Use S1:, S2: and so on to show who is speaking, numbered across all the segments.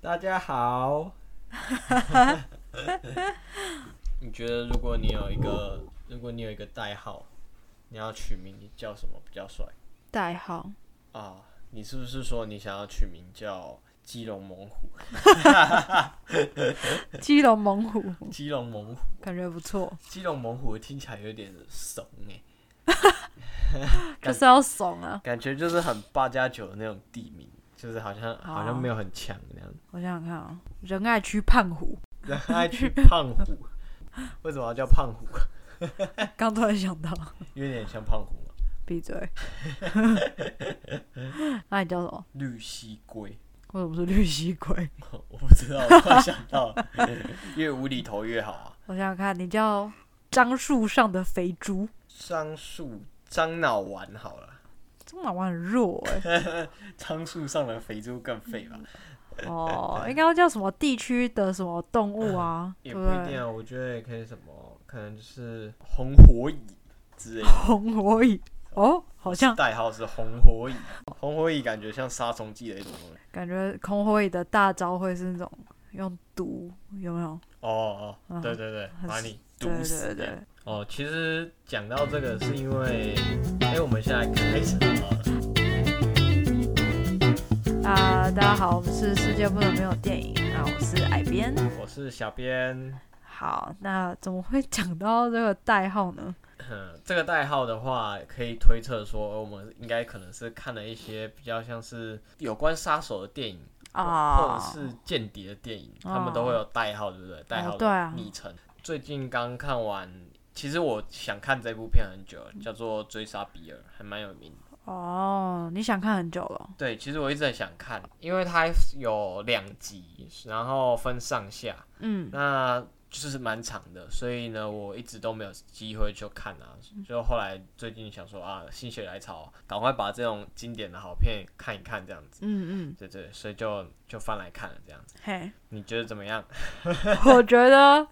S1: 大家好。 你觉得如果你有一个，如果你有一个代号，你要取名你叫什么比较帅
S2: 代号，
S1: 啊？你是不是说你想要取名叫基隆猛虎？
S2: 基隆猛虎，
S1: 基隆猛虎，
S2: 感觉不错，
S1: 基隆猛虎听起来有点怂哎、感
S2: 就是要怂啊！
S1: 感觉就是很八加九的那种地名，就是好像好像
S2: 哦
S1: 没有很强那样。
S2: 我想想看啊，仁爱区胖虎，
S1: 然后还取胖虎，为什么要叫胖虎？
S2: 刚突然想到，
S1: 因为有点像胖虎嘛。
S2: 闭 嘴。那你叫什么？
S1: 绿蜥龟。
S2: 为什么是绿蜥龟？
S1: 我不知道，我突然想 到，越无厘头越好啊。
S2: 我想想看，你叫樟树上的肥猪，
S1: 樟树樟脑丸好了，
S2: 这脑丸很弱哎、
S1: 樟树上的肥猪更废吧？
S2: 哦，应该要叫什么地区的什么动物啊？
S1: 也
S2: 对
S1: 不
S2: 不
S1: 一定
S2: 对？
S1: 啊，我觉得也可以什么，可能就是红火蚁之类的。
S2: 红火蚁哦，好像
S1: 代号是红火蚁，红火蚁感觉像杀虫剂的一种东西。
S2: 感觉红火蚁的大招会是那种用毒，有没有？
S1: 哦哦，
S2: 嗯
S1: 对对对，把你毒
S2: 对
S1: 死。
S2: 对对。
S1: 哦，其实讲到这个，是因为，哎、我们现在开始好了。
S2: 啊、大家好，我们是世界不能没有电影。那我是海边。
S1: 我是小编，
S2: 好，那怎么会讲到这个代号呢？
S1: 嗯，这个代号的话，可以推测说，呃我们应该可能是看了一些比较像是有关杀手的电影
S2: 啊、
S1: 或者是间谍的电影，
S2: 哦
S1: 他们都会有代号，对不对？代号的
S2: 对啊
S1: 昵称。最近刚看完，其实我想看这部片很久了，叫做《追杀比尔》，还蛮有名的。
S2: 哦，你想看很久了
S1: 对，其实我一直很想看，因为它有两集，然后分上下。
S2: 嗯，
S1: 那就是蛮长的，所以呢，我一直都没有机会去看啊。
S2: 嗯
S1: 就后来最近想说啊，心血来潮，赶快把这种经典的好片看一看，这样子。
S2: 嗯嗯，
S1: 对对，所以就就翻来看了这样子。
S2: 嘿，
S1: 你觉得怎么样？
S2: 我觉得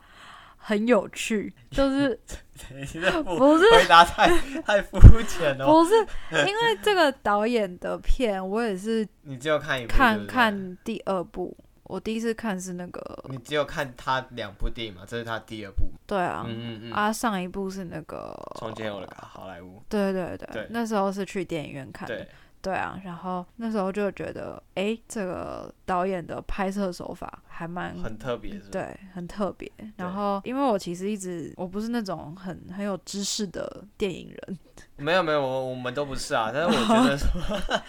S2: 很有趣，就是
S1: 你这不
S2: 不是
S1: 回答太太肤浅了。哦
S2: 不是，因为这个导演的片，我也是
S1: 你只有看一部，对
S2: 看
S1: 不对，
S2: 看第二部，我第一次看是那个，
S1: 你只有看他两部电影嘛，这是他第二部。
S2: 对啊，
S1: 嗯嗯嗯。
S2: 啊，上一部是那个，
S1: 从前有了好莱坞，
S2: 对对对，
S1: 对
S2: 那时候是去电影院看的，
S1: 对，
S2: 对啊，然后那时候就觉得，诶，这个导演的拍摄手法还蛮。
S1: 很特别，是不是？
S2: 嗯对，很特别。然后，因为我其实一直我不是那种很很有知识的电影人，
S1: 没有没有，我我们都不是啊，但是我觉得 说，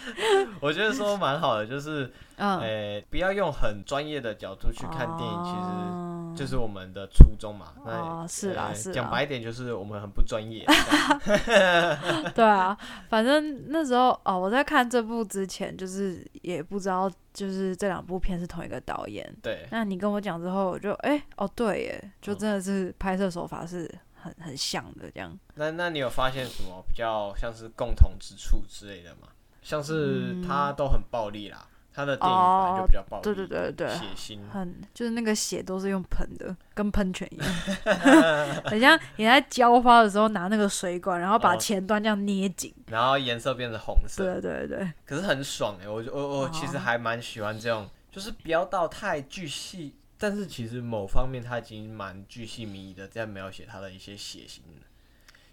S1: 我觉得说蛮好的，就是
S2: 嗯，
S1: 诶、不要用很专业的角哎度去看电影，其
S2: 哦
S1: 实就是我们的初衷嘛。那
S2: 哦是啦
S1: 呃
S2: 是啦
S1: 讲白一点就是我们很不专 业。
S2: 对啊，反正那时候哦，我在看这部之前，就是也不知道，就是这两部片是同一个导演。
S1: 对，
S2: 那你跟我讲之后，我就诶，哦对耶，就
S1: 嗯
S2: 真的是拍摄手法是很很像的这样。
S1: 那那你有发现什么比较像是共同之处之类的吗？像是他都很暴力啦，他的电影版就比较暴力，
S2: 嗯哦对对对对，
S1: 血腥。
S2: 很就是那个血都是用喷的，跟喷泉 一样，很像你在浇花的时候拿那个水管，然后把
S1: 哦
S2: 前端这样捏紧。
S1: 然后颜色变成红色，
S2: 对对对，
S1: 可是很爽哎、我就我我
S2: 哦
S1: 其实还蛮喜欢这种，就是不要到太巨细，但是其实某方面他已经蛮巨细靡遗的在描写他的一些血腥了。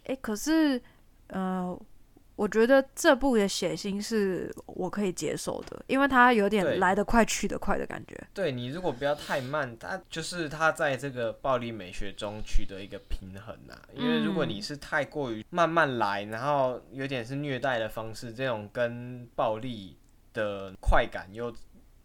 S2: 诶，可是呃，我觉得这部的血腥是我可以接受的，因为它有
S1: 对
S2: 点来得快去得快的感觉。
S1: 对你如果不要太慢，它就是它在这个暴力美学中取得一个平衡呐、因为如果你是太过于慢慢来，然后有点是虐待的方式，这种跟暴力的快感又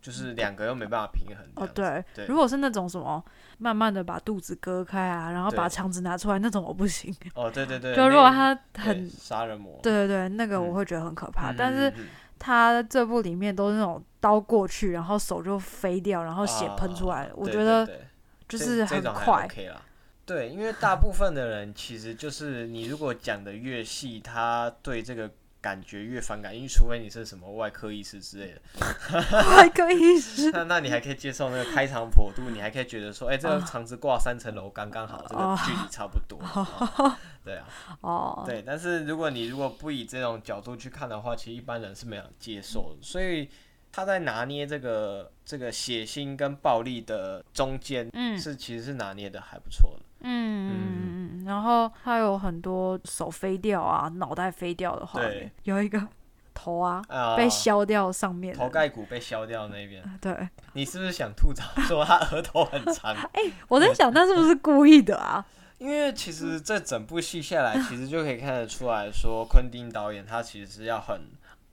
S1: 就是两个又没办法平衡。
S2: 哦，
S1: 这样子，
S2: 对，
S1: 对
S2: 如果是那种什么慢慢的把肚子割开啊，然后把
S1: 对
S2: 肠子拿出来那种，我不行。
S1: 哦，对对对，
S2: 就如果
S1: 那
S2: 他
S1: 对
S2: 很，
S1: 杀人魔，
S2: 对对对，那个我
S1: 嗯
S2: 会觉得很可怕。
S1: 嗯，
S2: 但是
S1: 嗯嗯嗯
S2: 他这部里面都是那种刀过去，然后手就飞掉，然后血喷出来，
S1: 啊
S2: 我
S1: 对
S2: 觉
S1: 对
S2: 得
S1: 对
S2: 就
S1: 这
S2: 是
S1: 这
S2: 很
S1: 种还
S2: 快。
S1: OK 啦。对，因为大部分的人其实就是你如果讲的越细，他对这个感觉越反感，因为除非你是什么外科医师之类的，
S2: 外科医 师
S1: 那那你还可以接受那个开肠破肚，你还可以觉得说，哎、这个肠子挂三层楼刚刚好，这个
S2: 哦
S1: 距离差不多。 啊对啊，
S2: 哦，
S1: 对，但是如果你如果不以这种角度去看的话，其实一般人是没有接受的，所以他在拿捏这个这个血腥跟暴力的中间，
S2: 嗯
S1: 是其实是拿捏的还不错的。
S2: 嗯，嗯嗯，然后它有很多手飞掉啊，脑袋飞掉的画面
S1: 对，
S2: 有 一个头啊
S1: 啊、
S2: 被削掉上面的
S1: 头盖骨被削掉那边，
S2: 啊对，
S1: 你是不是想吐槽说他额头很 长？
S2: 我在想他是不是故意的啊？
S1: 因为其实这整部戏下来，其实就可以看得出来说，昆汀导演他其实是要很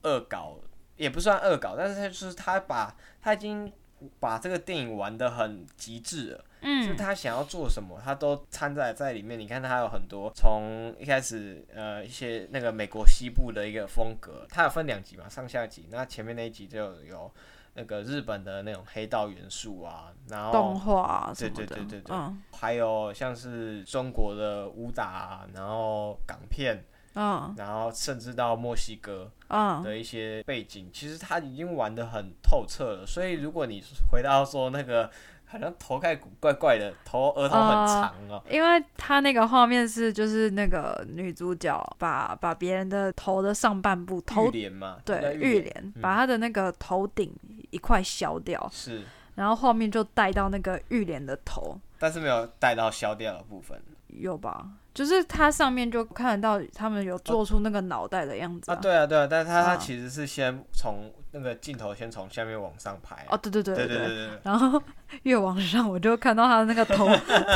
S1: 恶搞，也不算恶搞，但是他就是他把他已经把这个电影玩得很极致了， 就是
S2: 嗯
S1: 他想要做什么，他都掺在在里面。你看他有很多从一开始呃一些那个美国西部的一个风格，它有分两集嘛，上下集。那前面那一集就有那个日本的那种黑道元素啊，然后
S2: 动画啊什
S1: 对
S2: 么的，
S1: 哦对对对对
S2: 嗯
S1: 还有像是中国的武打啊、然后港片，
S2: 嗯
S1: 然后甚至到墨西哥
S2: 嗯，
S1: 的一些背景，其实他已经玩得很透彻了。所以如果你回到说那个好像头盖骨怪怪的，头额头很长哦、
S2: 因为他那个画面是就是那个女主角把把别人的头的上半部
S1: 玉
S2: 头
S1: 莲嘛，叫
S2: 对
S1: 玉
S2: 玉
S1: 莲
S2: 莲
S1: 嗯
S2: 把他的那个头顶一块削掉，
S1: 是，
S2: 然后画面就带到那个玉莲的头，
S1: 但是没有带到消掉的部分
S2: 有吧？就是它上面就看得到他们有做出那个脑袋的样子
S1: 啊。对啊，对啊，但是他他
S2: 啊
S1: 其实是先从那个镜头先从下面往上拍啊、
S2: 哦，对对对
S1: 对
S2: 对
S1: 对对对。
S2: 然后越往上，我就看到他的那个 头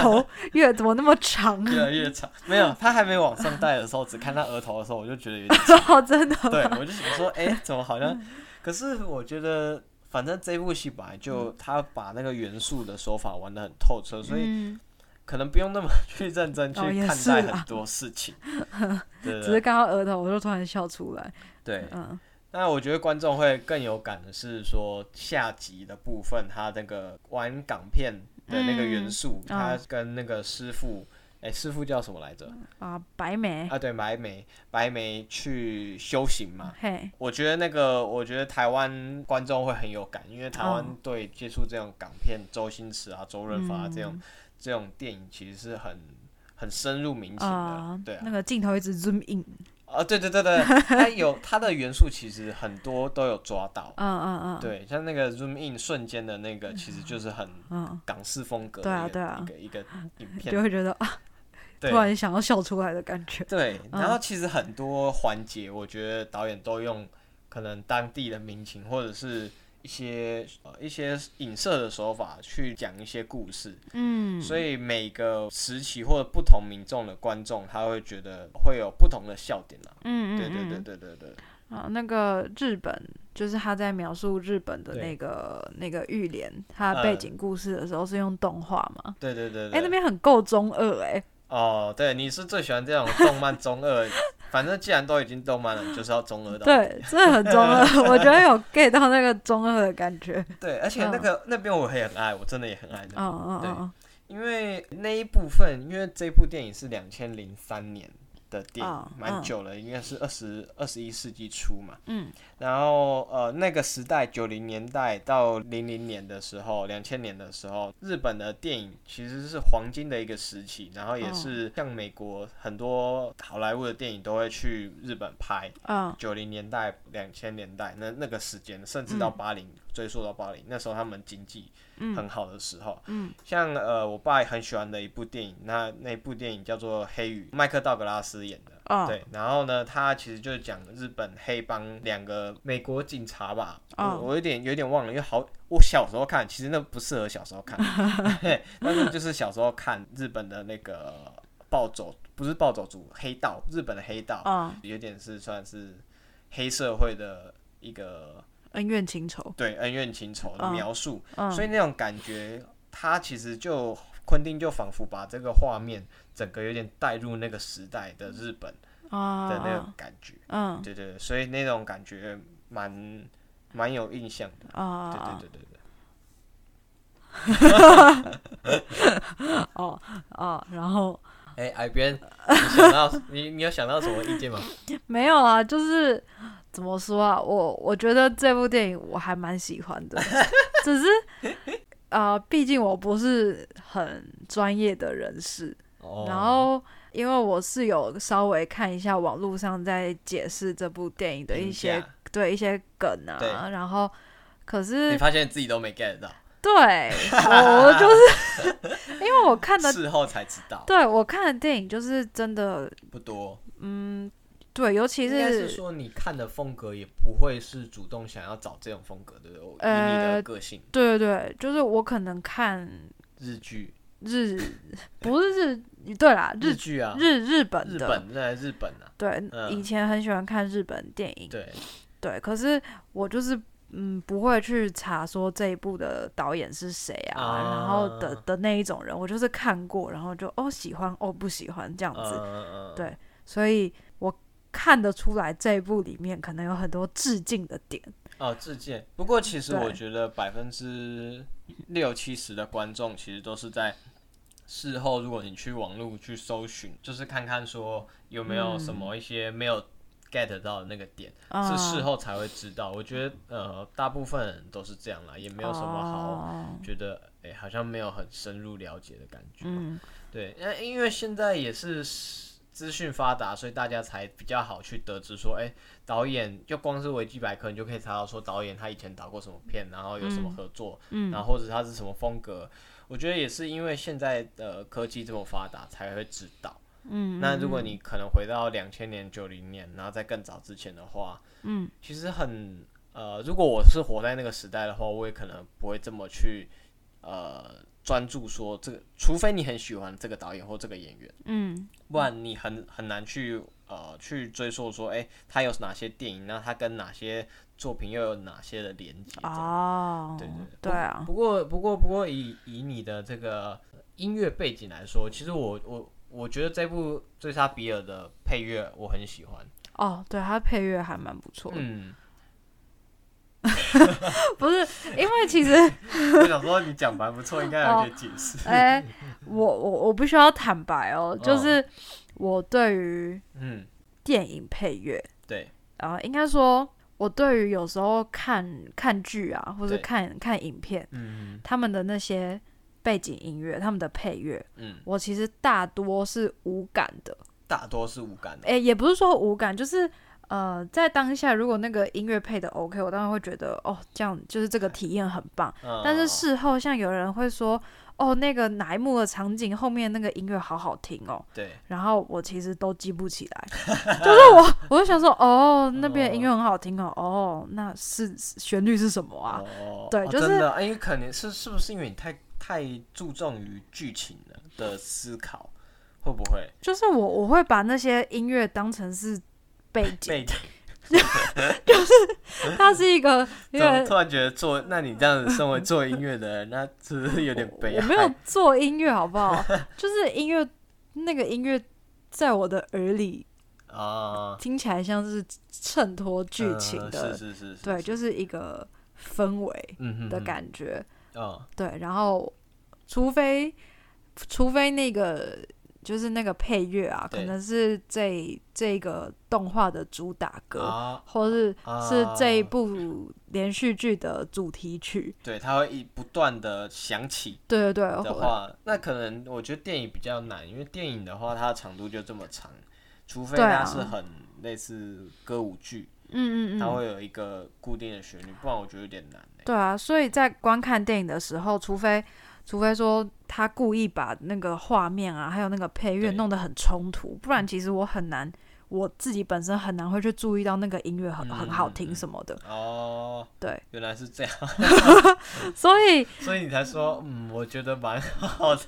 S2: 头越怎么那么长
S1: 越来越长，没有，他还没往上带的时候，只看他额头的时候，我就觉得有点
S2: 啊！真的
S1: 对，我就想说，哎、怎么好像？ 可是我觉得，反正这部戏本来就他把那个元素的手法玩得很透彻，所以
S2: 嗯嗯，
S1: 可能不用那么 去认真去
S2: 哦也
S1: 看
S2: 是
S1: 待
S2: 啦
S1: 很多事 情。对
S2: 只
S1: 对
S2: 是看到额头，我就突然笑出来。
S1: 对。
S2: 嗯
S1: 那我觉得观众会更有感的是说下集的部分，他那个玩港片的那个元素，
S2: 嗯
S1: 他跟那个师傅，哎、师傅叫什么来着？
S2: 啊，白眉，
S1: 啊，对，白眉，白眉去修行嘛。
S2: 嘿，
S1: 我觉得那个，我觉得台湾观众会很有感，因为台湾
S2: 嗯
S1: 对接触这种港片，周星驰啊、周润发、啊这
S2: 嗯
S1: 种这种电影，其实是很很深入民情的。
S2: 啊
S1: 对，啊
S2: 那，个镜头一直 zoom in，
S1: 啊，对对对对， 它有它的元素，其实很多都有抓到。
S2: 嗯嗯嗯，
S1: 对，像那个 zoom in 瞬间的那个，其实就是很
S2: 嗯，
S1: 港式风格的
S2: 对啊
S1: 一个
S2: 对
S1: 一
S2: 啊
S1: 个一个影
S2: 就
S1: 片。
S2: 会觉得啊，突
S1: 对
S2: 然想要笑出来的感 觉。
S1: 对，
S2: 嗯
S1: 然后其实很多环节，我觉得导演都用可能当地的民情或者是一些呃一些影射的手法去讲一些故事，
S2: 嗯，
S1: 所以每个时期或者不同民众的观众，他会觉得会有不同的笑点啦。
S2: 嗯嗯嗯，
S1: 对对对对对对，
S2: 啊，那个日本就是他在描述日本的
S1: 对
S2: 那个那个玉莲，他背
S1: 嗯
S2: 景故事的时候是用动画嘛？
S1: 对对对
S2: 哎、那
S1: 对。
S2: 边很够中二哎、
S1: 哦，对，你是最喜欢这种动漫中二，反正既然都已经动漫了，你就是要中二到底。
S2: 对，真的很 中二，我觉得有 get 到那个中二的感觉。
S1: 对，而且那个、那边我也很爱，我真的也很爱那边。
S2: 嗯 嗯
S1: 对
S2: 嗯嗯，
S1: 因为那一部分，因为这部电影是两千零三年的电影
S2: 哦，
S1: 蛮、
S2: 嗯
S1: 久了，应该是二十二十一世纪初嘛。
S2: 嗯。
S1: 然后呃，那个时代九零年代到零零年的时候，两千年的时候，日本的电影其实是黄金的一个时期，然后也
S2: 哦
S1: 是像美国很多好莱坞的电影都会去日本拍。
S2: 嗯
S1: 九零年代、两千年代那那个时间，甚至到
S2: 嗯
S1: 八零、追溯到八零，那时候他们经济很好的时候，
S2: 嗯
S1: 像呃，我爸也很喜欢的一部电影，那那部电影叫做《黑鱼》，麦克道格拉斯演的。
S2: 哦
S1: 对，然后呢，他其实就是讲日本黑帮两个美国警察吧，
S2: 哦
S1: 我我有点有点忘了，因为好，我小时候看，其实那不适合小时候 看，嘿但是就是小时候看日本的那个暴走，不是暴走族，黑道，日本的黑道，
S2: 嗯，
S1: 有点是算是黑社会的一个
S2: 恩怨情仇。
S1: 对恩怨情仇的
S2: 嗯
S1: 描述，
S2: 嗯
S1: 所以那种感觉，他其实就昆汀就仿佛把这个画面整个有点带入那个时代的日本
S2: 啊
S1: 的那种
S2: 啊
S1: 感觉，
S2: 嗯
S1: 对对对，所以那种感觉蛮蛮有印象的，对
S2: 啊
S1: 对对对对。
S2: 哦哦，然后
S1: 哎、
S2: 嗯
S1: 海边，你想到你你有想到什么意见吗？
S2: 没有啊，就是怎么说啊，我我觉得这部电影我还蛮喜欢 的，只是啊，呃毕竟我不是很专业的人士，
S1: 哦
S2: 然后因为我是有稍微看一下网络上在解释这部电影的一些
S1: 评价
S2: 对一些梗
S1: 对
S2: 啊，然后可
S1: 你
S2: 是
S1: 发现自己都没 get 到，
S2: 对我我就是 因为我看的，
S1: 事后才知道，
S2: 对我看的电影就是真的，
S1: 不多。
S2: 嗯，对，尤其
S1: 应该是说你看的风格也不会是主动想要找这种风格的，对不对以你的
S2: 呃
S1: 个性，
S2: 对对对，就是我可能看
S1: 日剧、
S2: 日 不是日对啦，日
S1: 日剧啊，
S2: 日日本
S1: 日
S2: 的
S1: 本那日本啊，
S2: 对，
S1: 嗯
S2: 以前很喜欢看日本电影，
S1: 对，
S2: 对，可是我就是嗯不会去查说这一部的导演是谁啊，
S1: 啊
S2: 然后的的那一种人，我就是看过，然后就哦喜欢哦不喜欢这样
S1: 嗯
S2: 子，
S1: 嗯嗯，
S2: 对所以我看得出来这一部里面可能有很多致敬的点，
S1: 哦，自荐。不过其实
S2: 对
S1: 我觉得百分之六七十的观众其实都是在事后，如果你去网络去搜寻，就是看看说有没有什么一些没有 get 到的那个点，
S2: 嗯啊
S1: 是事后才会知道。我觉得呃，大部分人都是这样啦，也没有什么好
S2: 哦
S1: 觉得哎、好像没有很深入了解的感觉。
S2: 嗯，
S1: 对，那因为现在也是资讯发达，所以大家才比较好去得知说，哎、导演就光是维基百科，你就可以查到说导演他以前导过什么片，然后有什么合作，
S2: 嗯
S1: 然后或者他是什么风格。我觉得也是因为现在的科技这么发达，才会知道。
S2: 嗯，
S1: 那如果你可能回到两千年、九零年，然后在更早之前的话，
S2: 嗯，
S1: 其实很呃，如果我是活在那个时代的话，我也可能不会这么去呃专注说这个，除非你很喜欢这个导演或这个演员，
S2: 嗯
S1: 不然你很很难去呃去追溯说，哎、他有哪些电影，那他跟哪些作品又有哪些的连接？这样
S2: 哦，
S1: 对对
S2: 对啊，
S1: 不过，不过，不过以，以你的这个音乐背景来说，其实我我我觉得这部《追杀比尔》的配乐我很喜欢。
S2: 哦，对，它配乐还蛮不错的，
S1: 嗯，
S2: 不是因为其实
S1: 我想说你讲蛮不错，应该有点解释。
S2: 哎、我我我必须要坦白哦，就
S1: 哦
S2: 是我对于
S1: 嗯，
S2: 电影配乐，
S1: 对，
S2: 啊、应该说，我对于有时候看看剧啊，或者
S1: 对
S2: 看看影片，
S1: 嗯
S2: 他们的那些背景音乐，他们的配乐，
S1: 嗯，
S2: 我其实大多是无感的。
S1: 大多是无感的。
S2: 诶、也不是说无感，就是呃，在当下如果那个音乐配的 OK，我当然会觉得哦，这样就是这个体验很棒。
S1: 嗯
S2: 但是事后，像有人会说，哦，那个哪一幕的场景后面那个音乐好好听哦，
S1: 嗯对，
S2: 然后我其实都记不起 来，就是我我就想说，哦，那边的音乐很好听哦，哦，那是是旋律是什么啊？
S1: 哦，
S2: 对
S1: 哦
S2: 就是
S1: 真的，哎因为可能是是不是因为你太太注重于剧情了的思考，会不会
S2: 就是我我会把那些音乐当成是背景，
S1: 被
S2: 它是 一个 因
S1: 怎么
S2: 为
S1: 突然觉得做？那你这样子身为做音乐的人，那是不是有点悲
S2: 我
S1: 哀？
S2: 没有做音乐好 不好？就是音乐那个音乐在我的耳里
S1: 啊，
S2: 听起来像是衬托剧
S1: 嗯
S2: 情的，
S1: 是是是是，
S2: 对，就是一个氛围
S1: 嗯
S2: 的感觉。
S1: 觉，嗯
S2: 对，然后除非除非那个就是那个配乐啊，可
S1: 对
S2: 能是这这个动画的主打歌，
S1: 啊，
S2: 或是是这一
S1: 啊
S2: 部连续剧的主题曲。
S1: 对，它会一不断的响起
S2: 对对对，
S1: 的
S2: 或
S1: 话，那可能我觉得电影比较难，因为电影的话它的长度就这么长，除非
S2: 对
S1: 它
S2: 啊
S1: 是很类似歌舞剧，
S2: 嗯嗯
S1: 它
S2: 嗯，
S1: 会有一个固定的旋律，不然我觉得有点难欸。
S2: 对啊，所以在观看电影的时候，除非除非说他故意把那个画面啊，还有那个配乐
S1: 对
S2: 弄得很冲突，不然其实我很难。我自己本身很难会去注意到那个音乐很很好
S1: 嗯嗯
S2: 听
S1: 嗯
S2: 什么的，
S1: 哦，
S2: 对，
S1: 原来是这样，
S2: 所以
S1: 所以你才说，嗯，我觉得蛮好的。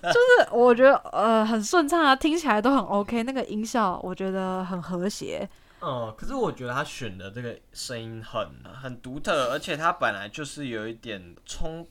S2: 我觉得呃很顺畅啊，听起来都很 OK，那个音效我觉得很和谐。
S1: 嗯，可是我觉得他选的这个声音很很独特，而且他本来就是有一点冲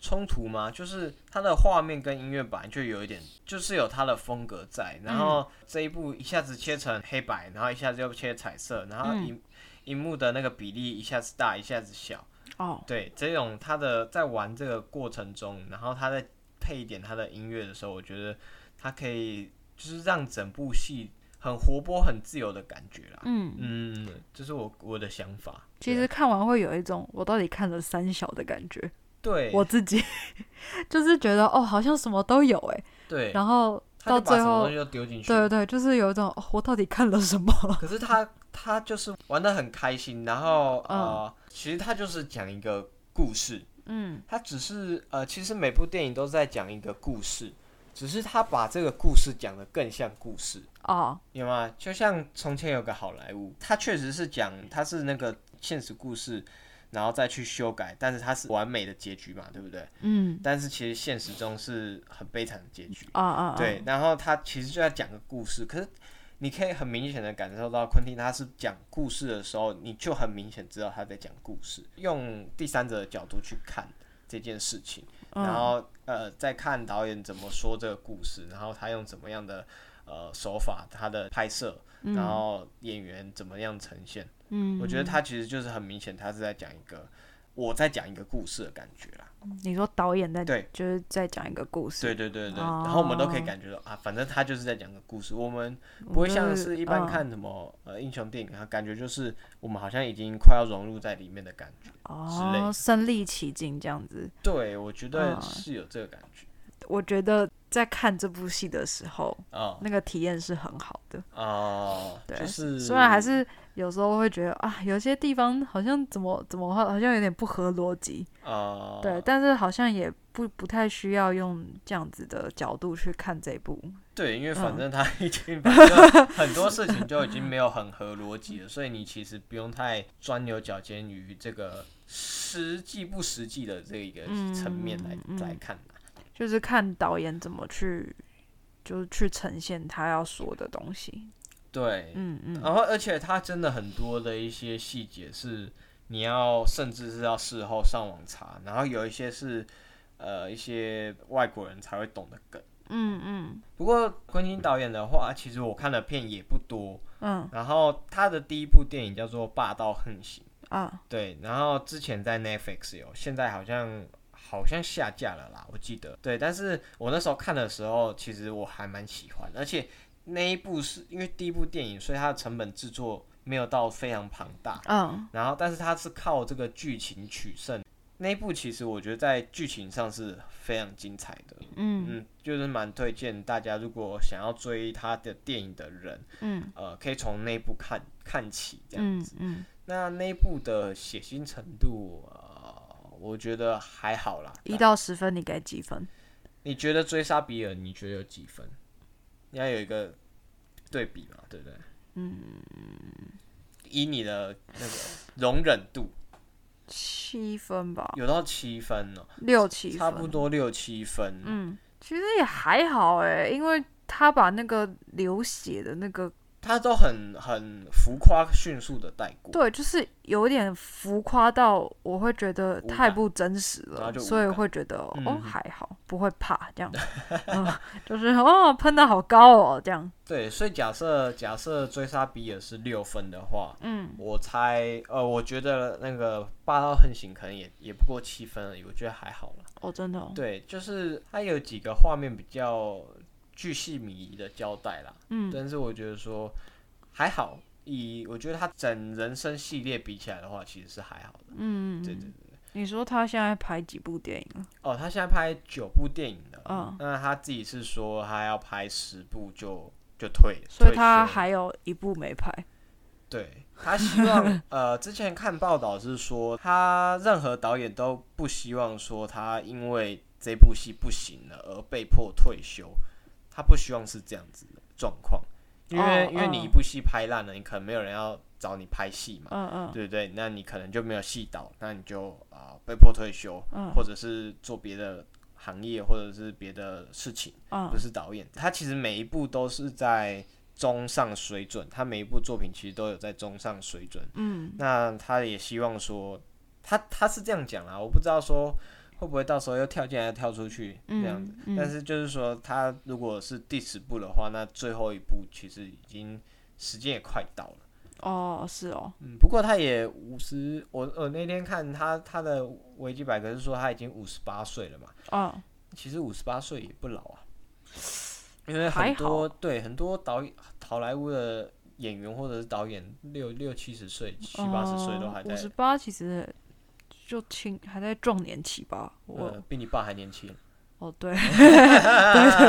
S1: 冲突嘛，就是他的画面跟音乐本来就有一点，就是有他的风格在。然
S2: 嗯
S1: 后这一部一下子切成黑白，然后一下子又切彩色，然后
S2: 嗯
S1: 荧荧幕的那个比例一下子大，一下子小。
S2: 哦，
S1: 对，这种他的在玩这个过程中，然后他在配一点他的音乐的时候，我觉得他可以就是让整部戏很活泼、很自由的感觉啦。
S2: 嗯，
S1: 嗯，这是我我的想法。
S2: 其实看完会有一种我到底看了三小的感觉，
S1: 对，
S2: 我自己 就是觉得哦，好像什么都有哎，
S1: 对，
S2: 然后
S1: 他
S2: 到
S1: 就把
S2: 最
S1: 什么东
S2: 后
S1: 西，都丢进去。
S2: 对对对，就是有一种、哦、我到底看了什么？
S1: 可啊是他他就是玩的很开心，然后呃，其实他就是讲一个故事，
S2: 嗯
S1: 它只是呃，其实每部电影都在讲一个故事，只是他把这个故事讲得更像故事。
S2: 哦
S1: 有吗？就像从前有个好莱坞，它确实是讲它是那个现实故事，然后再去修改，但是它是完美的结局嘛，对不对？
S2: 嗯
S1: 但是其实现实中是很悲惨的结局。
S2: 啊啊啊
S1: 对，然后他其实就在讲个故事，可是你可以很明显的感受到昆汀他是讲故事的时候，你就很明显知道他在讲故事，用第三者的角度去看这件事情，
S2: 嗯
S1: 然后、呃再看导演怎么说这个故事，然后他用怎么样的呃手法，他的拍摄，然后演员怎么样呈现，
S2: 嗯，
S1: 我觉得他其实就是很明显，他是在讲一个我在讲一个故事的感觉啦。
S2: 你说导演在
S1: 对
S2: 就是在讲一个故事，
S1: 对对对对，
S2: 哦
S1: 然后我们都可以感觉到啊，反正他就是在讲个故事，我们不会像是一
S2: 嗯
S1: 般看什么、呃英雄电影，啊，感觉就是我们好像已经快要融入在里面的感觉。之类
S2: 哦
S1: 的，
S2: 身临其境这样子。
S1: 对，我觉得
S2: 嗯
S1: 是有这个感觉。
S2: 我觉得在看这部戏的时候，
S1: 哦
S2: 那个体验是很好的。
S1: 哦，
S2: 嗯对
S1: 就是
S2: 虽然还是有时候会觉得啊，有些地方好像怎么怎么好像有点不合逻辑，
S1: 哦，
S2: 对，但是好像也不不太需要用这样子的角度去看这部，
S1: 对，因为
S2: 嗯
S1: 反正他已经反正很多事情就已经没有很合逻辑了，所以你其实不用太钻牛角尖于这个实际不实际的这一个
S2: 嗯
S1: 层面来、来看啦。
S2: 就是看导演怎么去，就是去呈现他要说的东西。
S1: 对，
S2: 嗯嗯，
S1: 然后，而且它真的很多的一些细节是你要甚至是要事后上网查，然后有一些是呃一些外国人才会懂的梗。
S2: 嗯嗯
S1: 不过昆汀导演的话，其实我看的片也不多。
S2: 嗯
S1: 然后他的第一部电影叫做《霸道横行》，
S2: 啊，
S1: 对，然后之前在 Netflix 有，现在好像好像下架了啦，我记得。对，但是我那时候看的时候，其实我还蛮喜欢，而且那一部是因为第一部电影，所以它的成本制作没有到非常庞大，
S2: 嗯
S1: 然后但是它是靠这个剧情取胜。那一部其实我觉得在剧情上是非常精彩的，
S2: 嗯
S1: 嗯，就是蛮推荐大家，如果想要追他的电影的人，
S2: 嗯
S1: 呃，可以从那一部看看起这样
S2: 嗯嗯，
S1: 那内部的血腥程度，呃，我觉得还好啦。
S2: 一到十分你给几分？
S1: 你觉得追杀比尔，你觉得有几分？你要有一个对比嘛，对不对？嗯，以你的那个容忍度，
S2: 七分吧，
S1: 有到七分哦，
S2: 六七分，
S1: 差不多六七分。
S2: 嗯，其实也还好哎、因为他把那个流血的那个，
S1: 他都很很浮夸、迅速的带过。
S2: 对，就是有点浮夸到我会觉得
S1: 无
S2: 太
S1: 感
S2: 不真实
S1: 然后
S2: 了，
S1: 就无
S2: 所以
S1: 感
S2: 会觉得哦
S1: 嗯
S2: 还好，不会怕 这样，嗯，就是哦喷的好高哦这样，
S1: 对，所以假设假设追杀比尔是六分的话，嗯，我猜，呃，我觉得那个霸道横行可能也也不过七分而已，我觉得还好啦。
S2: 哦真的、哦，
S1: 对，就是它有几个画面比较巨细靡遗的交代啦，
S2: 嗯
S1: 但是我觉得说还好，以我觉得它整人生系列比起来的话，其实是还好的。
S2: 嗯，
S1: 对对对。
S2: 你说他现在拍几部电影了？
S1: 哦，他现在拍九部电影了，
S2: 嗯
S1: 那他自己是说他要拍十部就就退，
S2: 所以
S1: 退
S2: 他
S1: 休
S2: 还有一部没拍，
S1: 对他希望，呃，之前看报道是说，他任何导演都不希望说他因为这部戏不行了而被迫退休，他不希望是这样子的状况，因为、
S2: 哦
S1: 因为你
S2: 嗯
S1: 一部戏拍烂了，你可能没有人要找你拍戏嘛，
S2: 嗯嗯
S1: 对不对？那你可能就没有戏导，那你就啊、呃被迫退休，
S2: 嗯
S1: 或者是做别的行业或者是别的事情。
S2: 嗯
S1: 不是导演，他其实每一部都是在中上水准，他每一部作品其实都有在中上水准。
S2: 嗯，
S1: 那他也希望说，他他是这样讲啦，我不知道说会不会到时候又跳进来又跳出去这样子，
S2: 嗯嗯
S1: 但是就是说，他如果是第十部的话，那最后一部其实已经时间也快到了。
S2: 哦是哦，
S1: 嗯，不过他也五十，我我那天看他他的维基百科是说他已经五十八岁了嘛，
S2: 嗯
S1: 其实五十八岁也不老啊，因为
S2: 还
S1: 很多对很多导演好莱坞的演员或者是导演六六七十岁、七八十岁都还在呃
S2: 哦五，十八其实就青还在壮年期吧。我、
S1: 呃，比你爸还年轻。
S2: 哦 对，对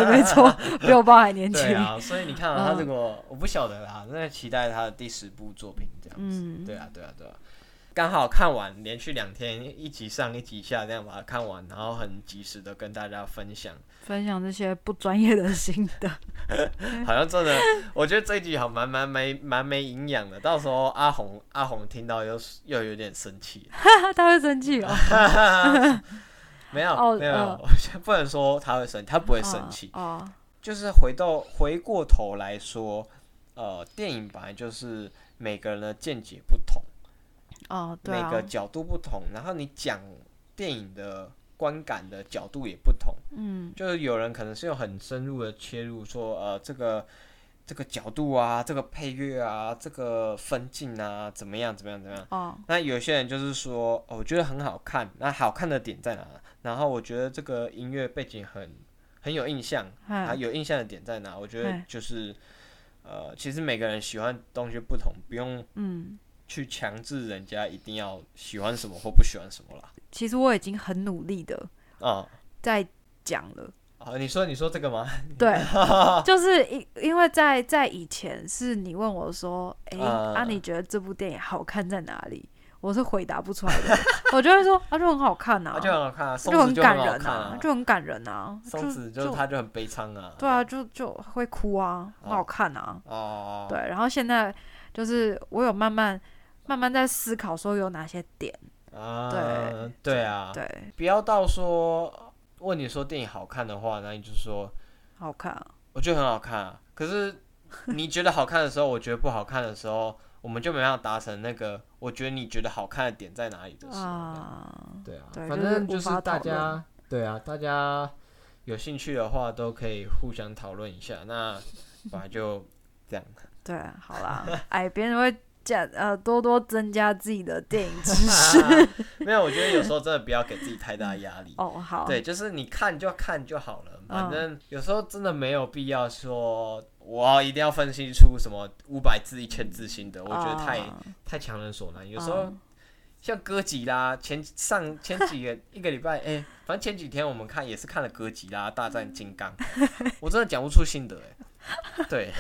S2: 对没错，比我爸还年
S1: 对
S2: 轻。
S1: 啊，所以你看啊，他
S2: 嗯
S1: 这个我不晓得啦，那期待他的第十部作品这样子。
S2: 嗯
S1: 对啊，对啊，对啊。刚好看完，连续两天一集上一集下，这样把它看完，然后很及时的跟大家分享。
S2: 分享这些不专业的心得。
S1: 好像真的，我觉得这一集好蛮蛮没蛮没营养的。到时候阿红阿红听到又又有点生 气，
S2: 他会生气哦。
S1: 没有、
S2: 哦
S1: 没有，
S2: 呃
S1: 我先不能说他会生，他不会生气。
S2: 哦。哦
S1: 就是回到回过头来说，呃，电影本来就是每个人的见解不同，
S2: 哦，对
S1: 每
S2: 啊
S1: 个，角度不同，然后你讲电影的观感的角度也不同。
S2: 嗯，
S1: 就是有人可能是用很深入的切入说，呃，这个这个角度啊，这个配乐啊，这个分镜啊，怎么样怎么样怎么样。
S2: 哦，
S1: 那有些人就是说，哦，我觉得很好看，那好看的点在哪？然后我觉得这个音乐背景很很有印象，啊，
S2: 嗨，
S1: 有印象的点在哪？我觉得
S2: 嗯
S1: 就是，呃，其实每个人喜欢的东西不同，不用
S2: 嗯，
S1: 去强制人家一定要喜欢什么或不喜欢什么啦。
S2: 其实我已经很努力的
S1: 啊、
S2: 在讲 了。
S1: 好，啊你说你说这个吗？
S2: 对，就是因因为在在以前是你问我说，诶，
S1: 嗯
S2: 啊，你觉得这部电影好看在哪里？我是回答不出来的， 我就会说，啊，就很好看呐、
S1: 啊，就很好看啊，松
S2: 就
S1: 子
S2: 很
S1: 就
S2: 感
S1: 很好
S2: 人
S1: 看
S2: 啊，就很感人啊，
S1: 松子就是他就很悲伤啊。
S2: 对啊，就就会哭啊，很好看啊，
S1: 哦，
S2: 对。然后现在就是我有慢慢慢慢在思考说有哪些点，
S1: 啊，对啊，
S2: 对，
S1: 不要到说问你说电影好看的话，那你就说
S2: 好看啊，
S1: 我觉得很好看啊。可是你觉得好看的时候，我觉得不好看的时候，我们就没办法达成那个我觉得你觉得好看的点在哪里的时候。
S2: 啊，
S1: 对啊，
S2: 对
S1: 反
S2: 就是
S1: 正
S2: 无
S1: 就是
S2: 法
S1: 大
S2: 讨
S1: 家对啊，大家有兴趣的话都可以互相讨论一下。那本来就 这样。
S2: 对，好啦，哎，别人会加呃多多增加自己的电影知 识
S1: 没有，我觉得有时候真的不要给自己太大压力。
S2: 哦，好，
S1: 对，就是你看就看就好了，反
S2: 嗯
S1: 正有时候真的没有必要说我要一定要分析出什么五百字、一千字心得，我觉得太、
S2: 啊
S1: 太强人所难。有
S2: 嗯
S1: 时候像哥吉拉前上 前几个一个礼拜，哎、反正前几天我们看也是看了哥吉拉大战金刚，我真的讲不出心得哎、对，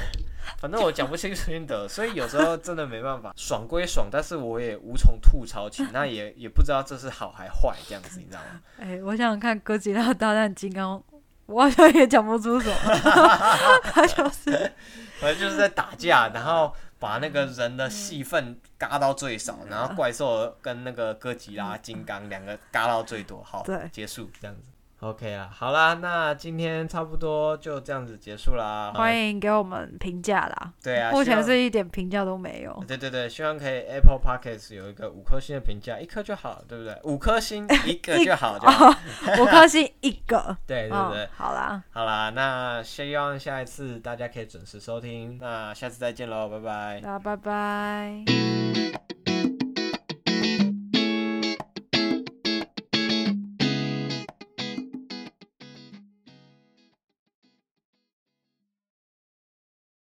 S1: 反正我讲不清楚心得，所以有时候真的没办法，爽归爽，但是我也无从吐槽起，那也也不知道这是好还坏这样子，你知道吗？
S2: 哎、我想想看，《哥吉拉大战金刚》，我好像也讲不出什 么，他就是
S1: 反正就是在打架，然后把那个人的戏份嘎到最少，然后怪兽跟那个哥吉拉、金刚两个嘎到最多，好
S2: 对，
S1: 结束这样子。OK 啦，好啦，那今天差不多就这样子结束啦。
S2: 欢迎给我们评价啦。
S1: 对啊，
S2: 目
S1: 希
S2: 前
S1: 望
S2: 是一点评价都没有。
S1: 对对对，希望可以 Apple Podcast 有一个五颗星的评价，一颗就好，对不对？五颗星一个就好，就好
S2: 哦，五颗星一个。
S1: 对对
S2: 嗯
S1: 对。，
S2: 好啦，
S1: 好啦，那希望下一哎次大家可以准时收听，那下次再见喽，拜拜。
S2: 那拜拜。